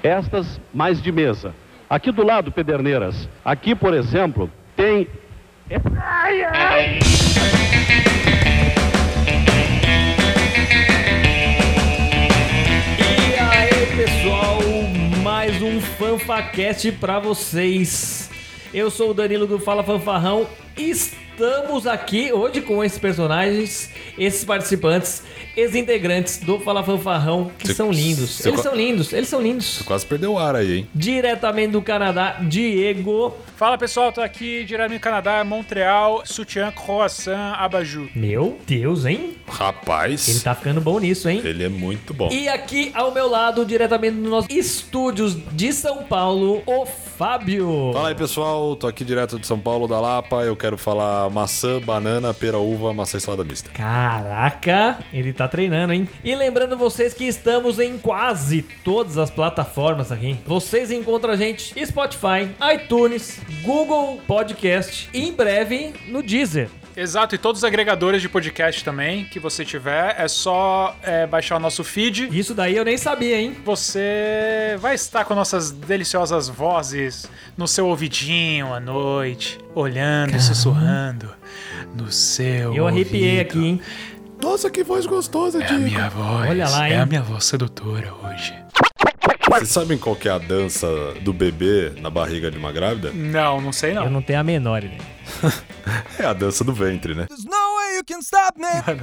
festas, mas de mesa. Aqui do lado, Pederneiras, aqui, por exemplo, tem. Ai, ai. E aí, pessoal, mais um FanfaCast pra vocês. Eu sou o Danilo do Fala Fanfarrão. Estamos aqui hoje com esses personagens, esses participantes, ex-integrantes do Fala Fanfarrão, que Você- são lindos. você Eles co- são lindos, eles são lindos. Quase perdeu o ar aí, hein? Diretamente do Canadá, Diego. Fala pessoal, tô aqui direto do Canadá, Montreal, Sutiã, Croissant, Abajur. Meu Deus, hein? Ele Rapaz, tá ficando bom nisso, hein? ele é muito bom. E aqui ao meu lado, diretamente dos nossos estúdios de São Paulo, o Fábio. Fala aí, pessoal. Tô aqui direto de São Paulo, da Lapa. Eu quero falar maçã, banana, pera, uva, maçã e salada mista. Caraca, ele tá treinando, hein? E lembrando vocês que estamos em quase todas as plataformas aqui. Vocês encontram a gente Spotify, iTunes, Google Podcast e em breve no Deezer. Exato, e todos os agregadores de podcast também que você tiver, é só é, baixar o nosso feed. Isso daí eu nem sabia, hein? Você vai estar com nossas deliciosas vozes no seu ouvidinho à noite, olhando e sussurrando no seu. Eu arrepiei ouvido. aqui, hein? Nossa, que voz gostosa, É a Diego. minha voz. Olha lá, é hein? a minha voz sedutora hoje. Vocês sabem qual que é a dança do bebê na barriga de uma grávida? Não, não sei Eu não. não tenho a menor ideia. É a dança do ventre, né?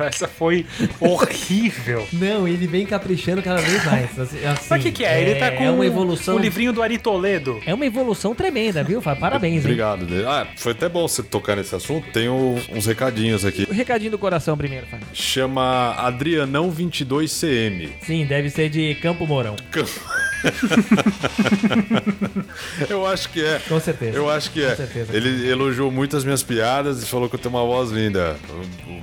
Essa foi horrível. Não, ele vem caprichando cada vez mais. Assim, Mas o que, que é? Ele tá com é uma evolução. o livrinho do Ari Toledo. É uma evolução tremenda, viu? Fábio? Parabéns, hein? Obrigado. Diego. Ah, foi até bom você tocar nesse assunto. Tem o- uns recadinhos aqui. O recadinho do coração primeiro, Fábio. Chama Adrianão22CM. Sim, deve ser de Campo Mourão. Eu acho que é. Com certeza. Eu acho que é. Com certeza. Ele elogiou muito as minhas piadas e falou que eu tenho uma voz linda.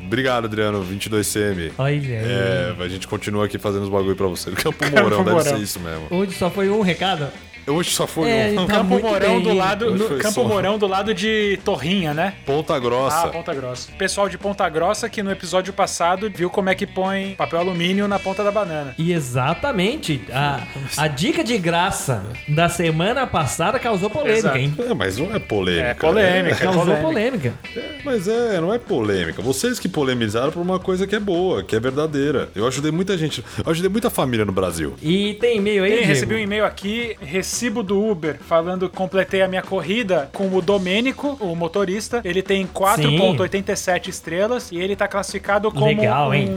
Obrigado, Adriano, 22CM. Olha aí. É, a gente continua aqui fazendo os bagulho pra você. é Campo É um Mourão, deve Mourão. ser isso mesmo. Hoje só foi um recado. Hoje só foi É, um. então- Tá Campo muito Mourão bem, do hein? lado. Hoje no- foi Campo só. Mourão do lado de Torrinha, né? Ponta Ah, Grossa. Ponta Grossa. Pessoal de Ponta Grossa que no episódio passado viu como é que põe papel alumínio na ponta da banana. E exatamente, a, a dica de graça da semana passada causou polêmica, Exato. hein? É, mas não é polêmica. né? É polêmica, é Causou polêmica. polêmica. É, mas é, não é polêmica. Vocês que polemizaram por uma coisa que é boa, que é verdadeira. Eu ajudei muita gente, eu ajudei muita família no Brasil. E tem e-mail aí, Ele Diego? recebeu um e-mail aqui, recibo do Uber, falando que completei a minha corrida com o Domênico, o motorista. Ele tem 4.87 estrelas e ele tá classificado como Legal, um hein?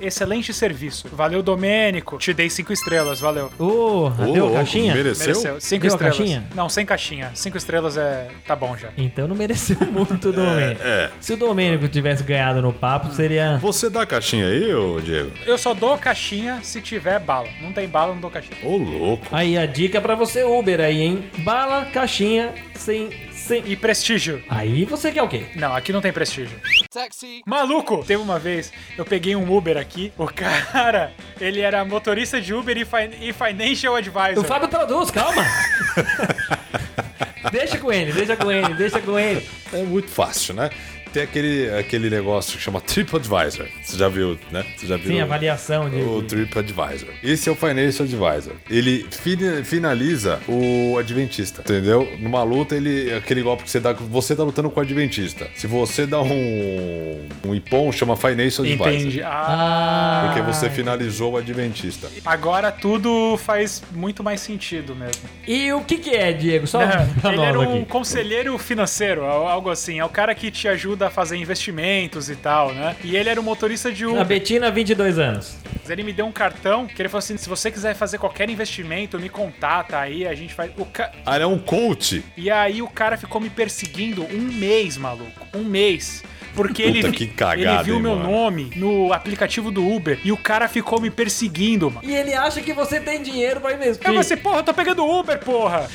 excelente serviço. Valeu, Domênico. Te dei cinco estrelas, valeu. Ô, Ô, deu a louco, caixinha? Mereceu? Mereceu. Cinco Deu a estrelas. caixinha? Não, sem caixinha. Cinco estrelas é. tá bom já. Então não mereceu muito o Domênico. É. Se o Domênico tivesse ganhado no papo, seria... Você dá a caixinha aí, ô Diego? Eu só dou caixinha se tiver bala. Não tem bala, não dou caixinha. Ô, louco. Aí a dica pra você, Uber, aí, hein? Bala, caixinha, sem... sem... E prestígio. Aí você quer o quê? Não, aqui não tem prestígio. Maluco! Teve uma vez, eu peguei um Uber aqui. O cara, ele era motorista de Uber e, fi- e financial O advisor. Fábio traduz, calma. deixa com ele, deixa com ele, deixa com ele. É muito fácil, né? Tem aquele, aquele negócio que chama TripAdvisor. Você já viu, né? Você já viu? Sim, avaliação de... O TripAdvisor. Esse é o Financial Advisor. Ele fina- finaliza o Adventista, entendeu? Numa luta, ele aquele golpe que você dá. Você tá lutando com o Adventista. Se você dá um. Um ipom, chama Financial Advisor. Entende? Ah, Ah, Porque você finalizou o Adventista. agora tudo faz muito mais sentido mesmo. E o que que é, Diego? Só pra ele era nós um aqui. conselheiro financeiro, al- algo assim. É o cara que te ajuda a fazer investimentos e tal, né? E ele era um motorista de A Uber. Betina, 22 anos. Ele me deu um cartão que ele falou assim: se você quiser fazer qualquer investimento, me contata aí, a gente faz. O ca- Ah, ele é um coach. E aí o cara ficou me perseguindo um mês, maluco. Um mês. Porque ele, Puta, vi- que cagada, ele viu hein, meu mano. nome no aplicativo do Uber e o cara ficou me perseguindo, mano. E ele acha que você tem dinheiro pra investir. Eu falei assim, porra, eu tô pegando Uber, porra.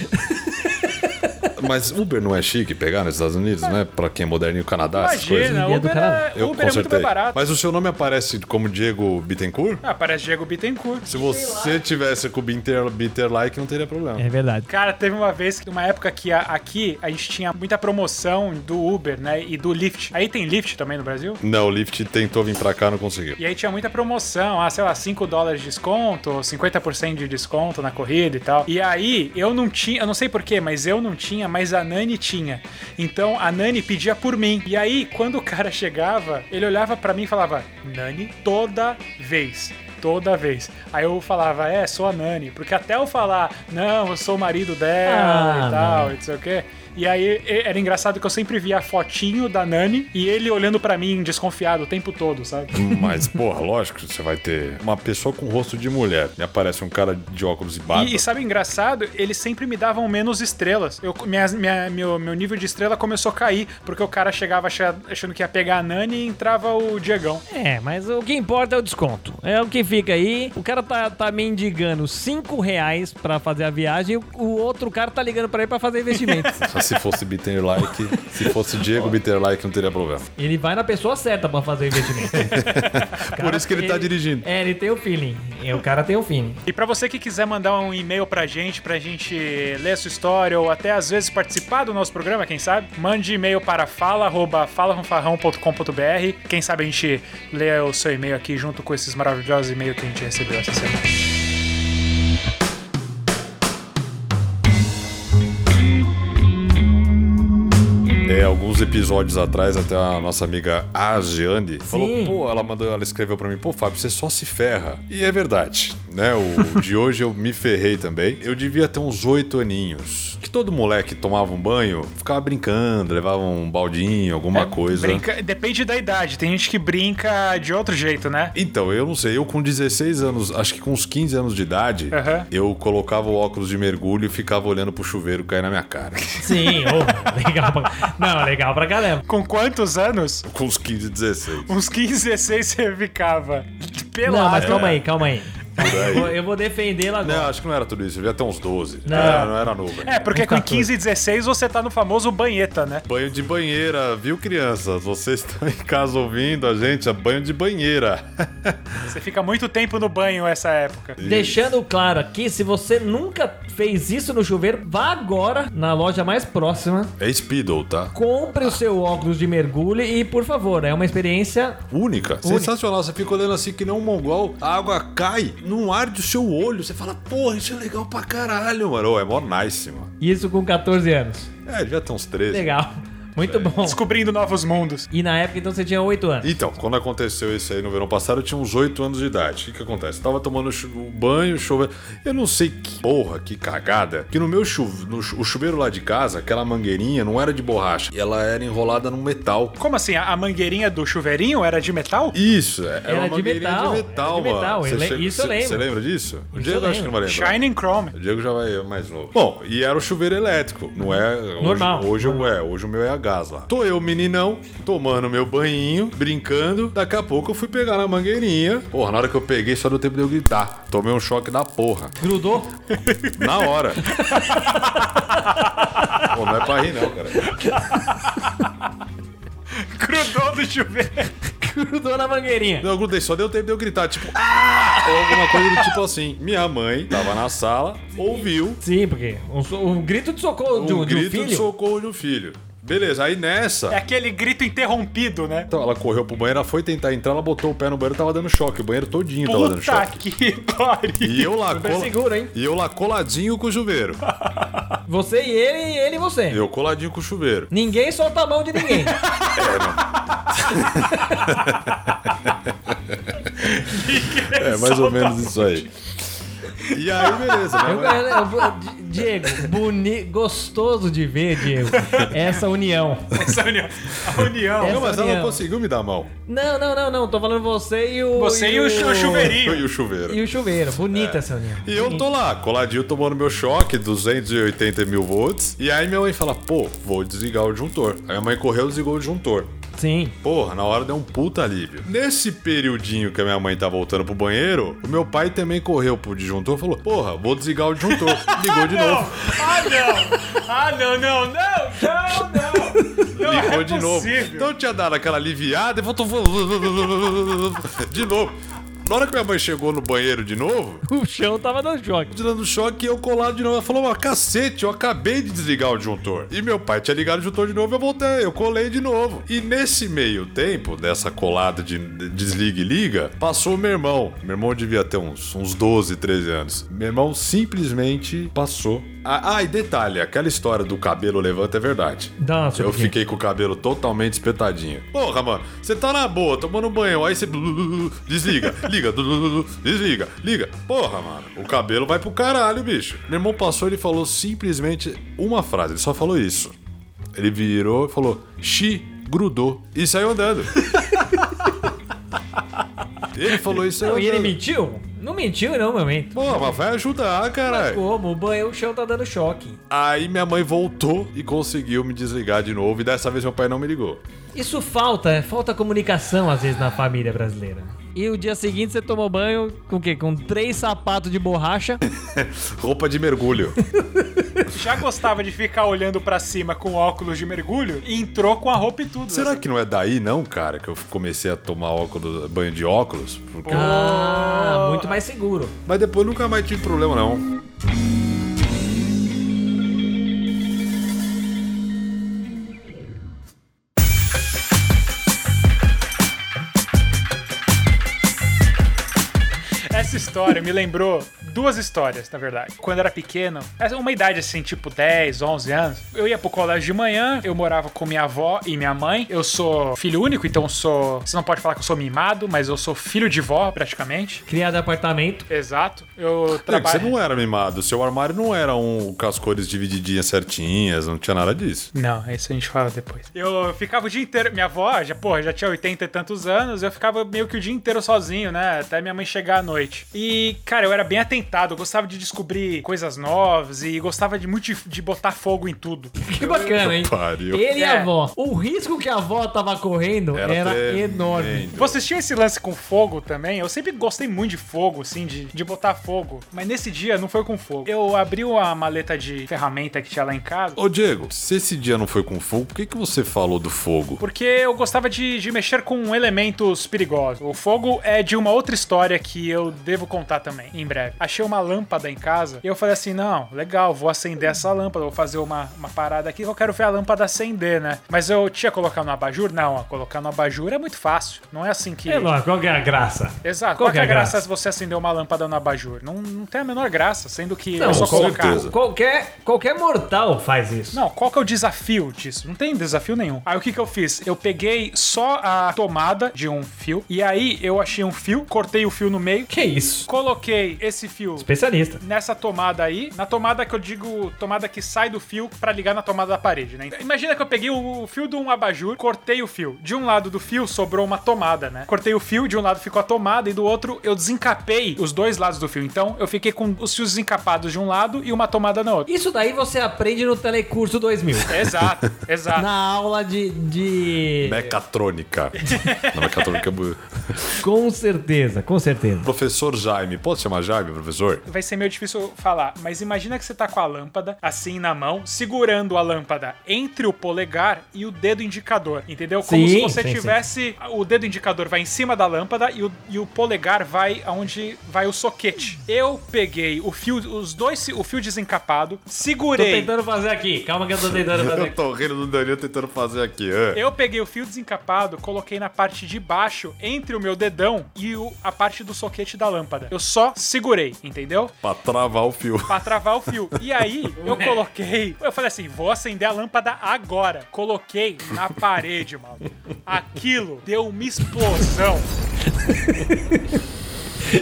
Mas Uber não é chique pegar nos Estados Unidos, né? Pra quem é moderno e o Canadá, essas coisas. né? Imagina, coisas. Uber, é, Eu Uber é muito consertei. mais barato. Mas o seu nome aparece como Diego Bittencourt? Ah, parece Diego Bittencourt. Se você tivesse com o Binter, Bitter Like, não teria problema. É verdade. Cara, teve uma vez, que uma época que a- aqui a gente tinha muita promoção do Uber, né? E do Lyft. Aí tem Lyft também no Brasil? Não, o Lyft tentou vir pra cá, não conseguiu. E aí tinha muita promoção, ah, sei lá, 5 dólares de desconto, 50% de desconto na corrida e tal. E aí eu não tinha, eu não sei porquê, mas eu não tinha, mas a Nani tinha. Então a Nani pedia por mim. E aí quando o cara chegava, ele olhava pra mim e falava: Nani, toda vez. Toda vez. Aí eu falava, é, sou a Nani. Porque até eu falar, não, eu sou o marido dela Ah, e tal, e não sei o quê. E aí e- era engraçado que eu sempre via a fotinho da Nani e ele olhando pra mim desconfiado o tempo todo, sabe? Mas, porra, lógico, você vai ter uma pessoa com rosto de mulher e aparece um cara de óculos e barba. E, e sabe o engraçado? Eles sempre me davam menos estrelas. Eu, minhas- minha- meu, meu nível de estrela começou a cair, porque o cara chegava acha- achando que ia pegar a Nani e entrava o Diegão. É, mas o que importa é o desconto. É o que fica aí. O cara tá, tá mendigando 5 reais pra fazer a viagem, o outro cara tá ligando pra ele pra fazer investimentos. Só se fosse Bitter Like, se fosse Diego Bitter Like, não teria problema. ele vai na pessoa certa pra fazer o investimento. Por isso que ele tá dirigindo. É, ele tem o feeling. É, O cara tem o feeling. E pra você que quiser mandar um e-mail pra gente, pra gente ler a sua história ou até às vezes participar do nosso programa, quem sabe, mande e-mail para fala@falafanfarrão.com.br. Quem sabe a gente lê o seu e-mail aqui junto com esses maravilhosos e-mails que a gente recebeu essa semana. É, alguns episódios atrás, até a nossa amiga Asiane falou, Sim. pô, ela mandou, ela escreveu pra mim, pô, Fábio, você só se ferra. E é verdade, né? O de hoje eu me ferrei também. Eu devia ter uns oito aninhos. Que todo moleque tomava um banho, ficava brincando, levava um baldinho, alguma coisa. É, Brinca- depende da idade, tem gente que brinca de outro jeito, né? Então, eu não sei, eu com 16 anos, acho que com uns 15 anos de idade, Aham. eu colocava o óculos de mergulho e ficava olhando pro chuveiro cair na minha cara. Sim, ô, legal pra... Não, legal pra caramba. Com quantos anos? com uns 15, 16. Uns 15, 16 você ficava. Pelado. Não, mas calma aí, calma aí. aí. Eu vou- Eu vou defendê-lo Não, agora. acho que não era tudo isso, eu devia ter uns 12. Não. Era, não era novo. É, porque com Uns 15, 16 você tá no famoso banheta, né? Banho de banheira, viu, crianças? Vocês estão em casa ouvindo a gente, é banho de banheira. Você fica muito tempo no banho essa época. Deixando claro aqui, se você nunca fez isso no chuveiro, vá agora na loja mais próxima, É Speedo, tá? compre o seu óculos de mergulho e, por favor, é uma experiência Única. Sensacional. Você fica olhando assim que nem um mongol, a água cai, não arde o seu olho. Você fala, porra, isso é legal pra caralho, mano. Ô, É mó nice, mano. isso com 14 anos. É, devia ter uns 13. Legal. Muito bom. Descobrindo novos mundos. E na época, então, você tinha 8 anos. Então, quando aconteceu isso aí no verão passado, eu tinha uns 8 anos de idade. O que, que acontece? Eu tava tomando chu- um banho, chovendo. Eu não sei que porra, que cagada. Que no meu chuveiro, no chu- o chuveiro lá de casa, aquela mangueirinha não era de borracha. Ela era enrolada num metal. Como assim? A a mangueirinha do chuveirinho era de metal? Isso, é- Era uma de mangueirinha metal, de era metal, de metal, mano. eu le- chega- isso eu lembro. Você lembra disso? O Isso Diego eu acho que não vai lembrar. Shining Chrome. O Diego já vai é mais novo. Bom, e era o chuveiro elétrico, não é? hoje- Normal. Hoje, eu- é, hoje o meu é a gás lá. Tô eu, meninão, tomando meu banhinho, brincando. Daqui a pouco eu fui pegar na mangueirinha. Porra, na hora que eu peguei, só deu tempo de eu gritar. Tomei um choque da porra. Grudou? Na hora. Pô, não é pra rir, não, cara. Grudou do chuveiro. Grudou na mangueirinha. Não, eu grudei, só deu tempo de eu gritar, tipo, ah! Ou alguma coisa do tipo assim. Minha mãe tava na sala, ouviu, Sim, porque um, so- um grito de socorro de, um um, de um grito filho. de socorro de um filho. Beleza, aí nessa. É aquele grito interrompido, né? Então ela correu pro banheiro, ela foi tentar entrar, ela botou o pé no banheiro, tava dando choque. O banheiro todinho tava dando Puta choque. que pariu. E eu lá, Super cola- seguro, hein? E eu lá coladinho com o chuveiro. Você e ele, e ele e você. Eu coladinho com o chuveiro. Ninguém solta a mão de ninguém. É, mais ou menos isso aí. E aí, beleza, né? Eu- Mas- eu- eu- Di- Diego, boni, gostoso de ver, Diego, essa união. Essa união. A união. É. Não, mas ela Daniel. não conseguiu me dar a mão. Não, não, não, não. Tô falando você e o. Você e o chu- Eu chuveirinho. É. e o chuveiro. E o chuveiro. Bonita essa união. E eu tô lá, coladinho tomando meu choque, 280 mil volts. E aí minha mãe fala, pô, vou desligar o disjuntor. Aí minha mãe correu, desligou o disjuntor. Sim. Porra, na hora deu um puta alívio. Nesse periodinho que a minha mãe tá voltando pro banheiro, o meu pai também correu pro disjuntor e falou: Porra, vou desligar o disjuntor. Ligou de novo. Ah, não! Ah, não, não, não! Não, não! não Ligou é de novo. possível. Então tinha dado aquela aliviada e voltou. De novo. Na hora que minha mãe chegou no banheiro de novo, O chão tava dando choque. tirando choque e eu colado de novo. Ela falou, mas cacete, eu acabei de desligar o disjuntor. E meu pai tinha ligado o disjuntor de novo, eu voltei, eu colei de novo. E nesse meio tempo, dessa colada de de desliga e liga, passou meu irmão. Meu irmão devia ter uns, uns 12, 13 anos. Meu irmão simplesmente passou. Ah, ah, e detalhe, aquela história do cabelo levanta é verdade. Dá uma Eu subidinha. fiquei com o cabelo totalmente espetadinho. Porra, mano, você tá na boa, tomando banho, aí você desliga, liga, desliga, liga. Porra, mano, o cabelo vai pro caralho, bicho. Meu irmão passou, ele falou simplesmente uma frase, ele só falou isso. Ele virou e falou, xi, grudou, e saiu andando. ele falou isso Não, aí e ele andando. mentiu? Não mentiu, não, meu mente. Porra, mas vai ajudar, caralho. Como? O banho, o chão tá dando choque. Aí minha mãe voltou e conseguiu me desligar de novo, e dessa vez meu pai não me ligou. Isso falta, é, falta comunicação às vezes na família brasileira. E o dia seguinte você tomou banho com o quê? Com três sapatos de borracha. Roupa de mergulho. Já gostava de ficar olhando pra cima com óculos de mergulho e entrou com a roupa e tudo. né? Será que não é daí, não, cara, que eu comecei a tomar óculos, banho de óculos? Porque- Oh. ah, muito mais seguro. Mas depois nunca mais tive problema, não. Essa história me lembrou duas histórias, na verdade. Quando eu era pequeno, essa- uma idade assim, tipo 10, 11 anos, eu ia pro colégio de manhã, eu morava com minha avó e minha mãe. Eu sou filho único, então sou. Você não pode falar que eu sou mimado, mas eu sou filho de vó, praticamente. Criado em apartamento. Exato. Eu É que Você trabalho. não era mimado, seu armário não era um com as cores divididinhas certinhas, não tinha nada disso. Não, é isso a gente fala depois. Eu ficava o dia inteiro. Minha avó, já, porra, já tinha 80 e tantos anos, eu ficava meio que o dia inteiro sozinho, né? Até minha mãe chegar à noite. E, cara, eu era bem atentado, eu gostava de descobrir coisas novas e gostava de muito de, de botar fogo em tudo. Que bacana, hein? Pariu. Ele e É. a avó. O risco que a avó tava correndo era, tremendo. enorme. Vocês tinham esse lance com fogo também? Eu sempre gostei muito de fogo, assim, de, de botar fogo. Mas nesse dia não foi com fogo. Eu abri uma maleta de ferramenta que tinha lá em casa. Ô, Diego, se esse dia não foi com fogo, por que, que você falou do fogo? Porque eu gostava de, de mexer com elementos perigosos. O fogo é de uma outra história que eu devo contar também, em breve. Achei uma lâmpada em casa e eu falei assim: não, legal, vou acender essa lâmpada, vou fazer uma, uma parada aqui, eu quero ver a lâmpada acender, né? Mas eu tinha colocado no abajur? Não, ó, colocar no abajur é muito fácil. Não é assim que. É lógico, qual que é a graça? Exato. Qual Qual, que que é é a a graça graça? se você acender uma lâmpada no abajur? Não, não tem a menor graça, sendo que Não, é só com colocar. certeza. Qualquer, qualquer mortal faz isso. Não, qual que é o desafio disso? Não tem desafio nenhum. Aí o que que eu fiz? Eu peguei só a tomada de um fio e aí eu achei um fio, cortei o fio no meio, Que isso? coloquei esse fio Especialista. nessa tomada aí, na tomada que eu digo, tomada que sai do fio pra ligar na tomada da parede, né? Imagina que eu peguei o fio de um abajur, cortei o fio. De um lado do fio sobrou uma tomada, né? Cortei o fio, de um lado ficou a tomada e do outro eu desencapei os dois lados do fio. Então eu fiquei com os fios desencapados de um lado e uma tomada na outra. Isso daí você aprende no Telecurso 2000. Exato, exato. na aula de, de... Mecatrônica. não, mecatrônica é. bu- Com certeza, com certeza. Professor Jaime, posso chamar Jaime, professor? Vai ser meio difícil falar, mas imagina que você tá com a lâmpada assim na mão, segurando a lâmpada entre o polegar e o dedo indicador, entendeu? Como Sim, se você sim, sim. tivesse. O dedo indicador vai em cima da lâmpada e o, e o polegar vai aonde vai o soquete. Eu peguei o fio, os dois, o fio desencapado, Tô segurei. tentando fazer aqui. Calma que eu tô tentando fazer Eu aqui. tô rindo do Danilo tentando fazer aqui. ah. Eu peguei o fio desencapado, coloquei na parte de baixo, entre o meu dedão e o- a parte do soquete da lâmpada. Eu só segurei, entendeu? Pra travar o fio. Pra travar o fio. E aí, eu coloquei. Eu falei assim: vou acender a lâmpada agora. Coloquei na parede, mano. Aquilo deu uma explosão.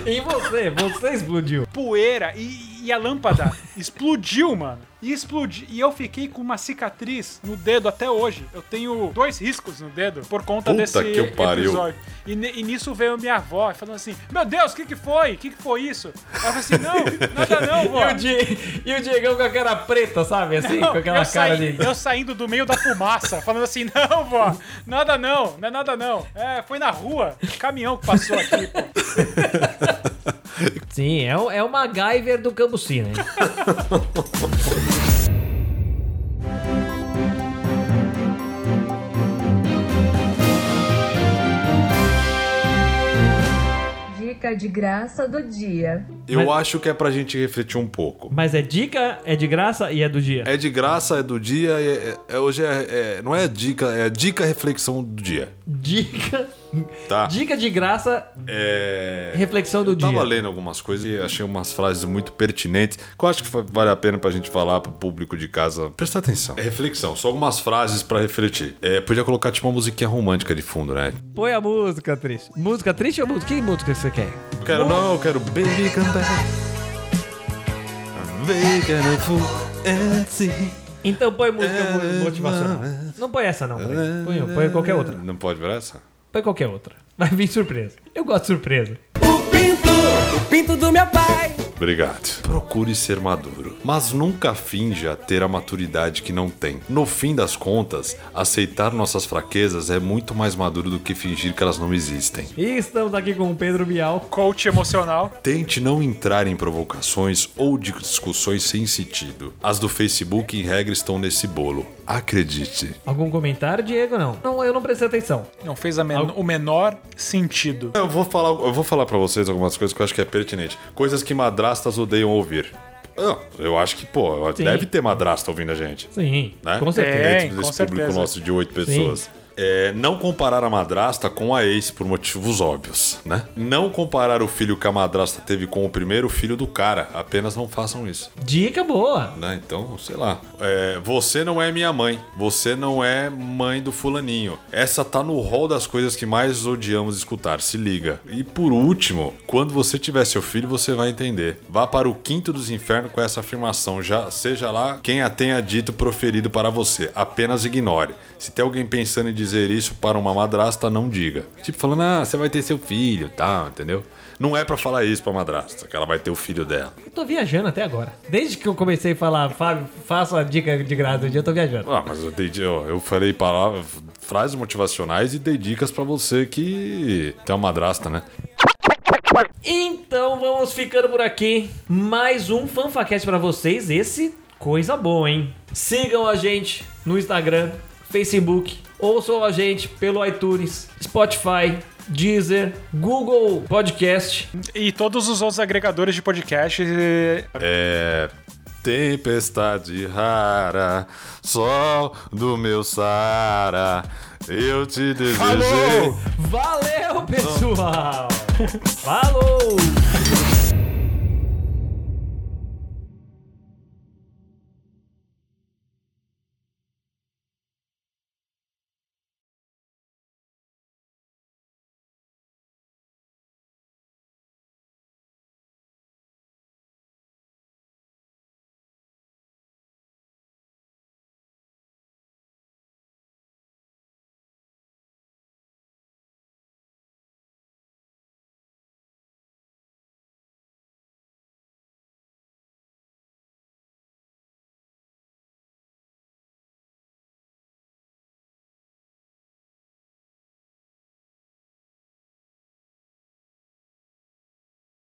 E você? Você explodiu. Poeira e. e a lâmpada explodiu, mano. E explodiu. E eu fiquei com uma cicatriz no dedo até hoje. Eu tenho dois riscos no dedo por conta Puta desse que eu pariu. episódio. E, ne- e nisso veio minha avó falando assim: Meu Deus, o que, que foi? O que, que foi isso? Ela falou assim: Não, nada não, vó. E o, Di... e o Diegão com a cara preta, sabe? Assim, Não, com aquela eu, cara saí- de. eu saindo do meio da fumaça, falando assim, não, vó, nada não, não é nada não. É, foi na rua, caminhão que passou aqui, pô. Sim, é, o- é o MacGyver do Cambuci, né? Dica de graça do dia. Eu acho que é pra gente refletir um pouco. Mas é dica, é de graça e é do dia. É de graça, é do dia, é- é- é- hoje é, é- Não é dica, é dica reflexão do dia. Dica. Tá. Dica de graça, É. reflexão do Eu tava dia. lendo algumas coisas e achei umas frases muito pertinentes que eu acho que fa- vale a pena pra gente falar pro público de casa. Presta atenção. É reflexão, só algumas frases pra refletir. É, podia colocar tipo uma musiquinha romântica de fundo, né? Põe a música triste. Música triste ou música? Que música você quer? Eu quero não, eu quero baby come back. Baby come back. and see. Então põe música É. mo- motivacional. Não põe essa, não. Põe, põe, põe qualquer outra. Não pode ver essa? Põe qualquer outra. Vai vir surpresa. Eu gosto de surpresa. Obrigado. Procure ser maduro, mas nunca finja ter a maturidade que não tem. No fim das contas, aceitar nossas fraquezas é muito mais maduro do que fingir que elas não existem. E estamos aqui com o Pedro Bial. Coach emocional. Tente não entrar em provocações ou discussões sem sentido. As do Facebook, em regra, estão nesse bolo. Acredite. Algum comentário, Diego? Não. Não, eu não prestei atenção. Não fez a men- o menor sentido. Eu vou falar, eu vou falar para vocês algumas coisas que eu acho que é pertinente. Coisas que madrastas odeiam ouvir. Não, eu acho que, pô, deve ter madrasta ouvindo a gente. Sim, né? com certeza. É, Dentro com desse público certeza. nosso de oito pessoas. É, não comparar a madrasta com a ex por motivos óbvios, né? Não comparar o filho que a madrasta teve com o primeiro filho do cara. Apenas não façam isso, Dica boa. né? Então, sei lá. É, você não é minha mãe. Você não é mãe do fulaninho. Essa tá no rol das coisas que mais odiamos escutar. Se liga. E por último, quando você tiver seu filho, você vai entender. Vá para o quinto dos infernos com essa afirmação. Já seja lá quem a tenha dito proferido para você. Apenas ignore. Se tem alguém pensando em dizer isso para uma madrasta, não diga. Tipo falando, ah, você vai ter seu filho, tá? Entendeu? Não é pra falar isso pra madrasta, que ela vai ter o filho dela. Eu tô viajando até agora. Desde que eu comecei a falar, Fábio, faça a dica de graça do dia, eu tô viajando. Ah, mas eu, dei, eu, eu falei palavras, frases motivacionais e dei dicas pra você que tem uma madrasta, né? Então vamos ficando por aqui. Mais um fanfacast pra vocês. Esse coisa boa, hein? Sigam a gente no Instagram, Facebook, ouçam a gente pelo iTunes, Spotify, Deezer, Google Podcast. E todos os outros agregadores de podcast. e- É. Tempestade rara, sol do meu Saara, eu te desejei. Valeu, pessoal! Falou!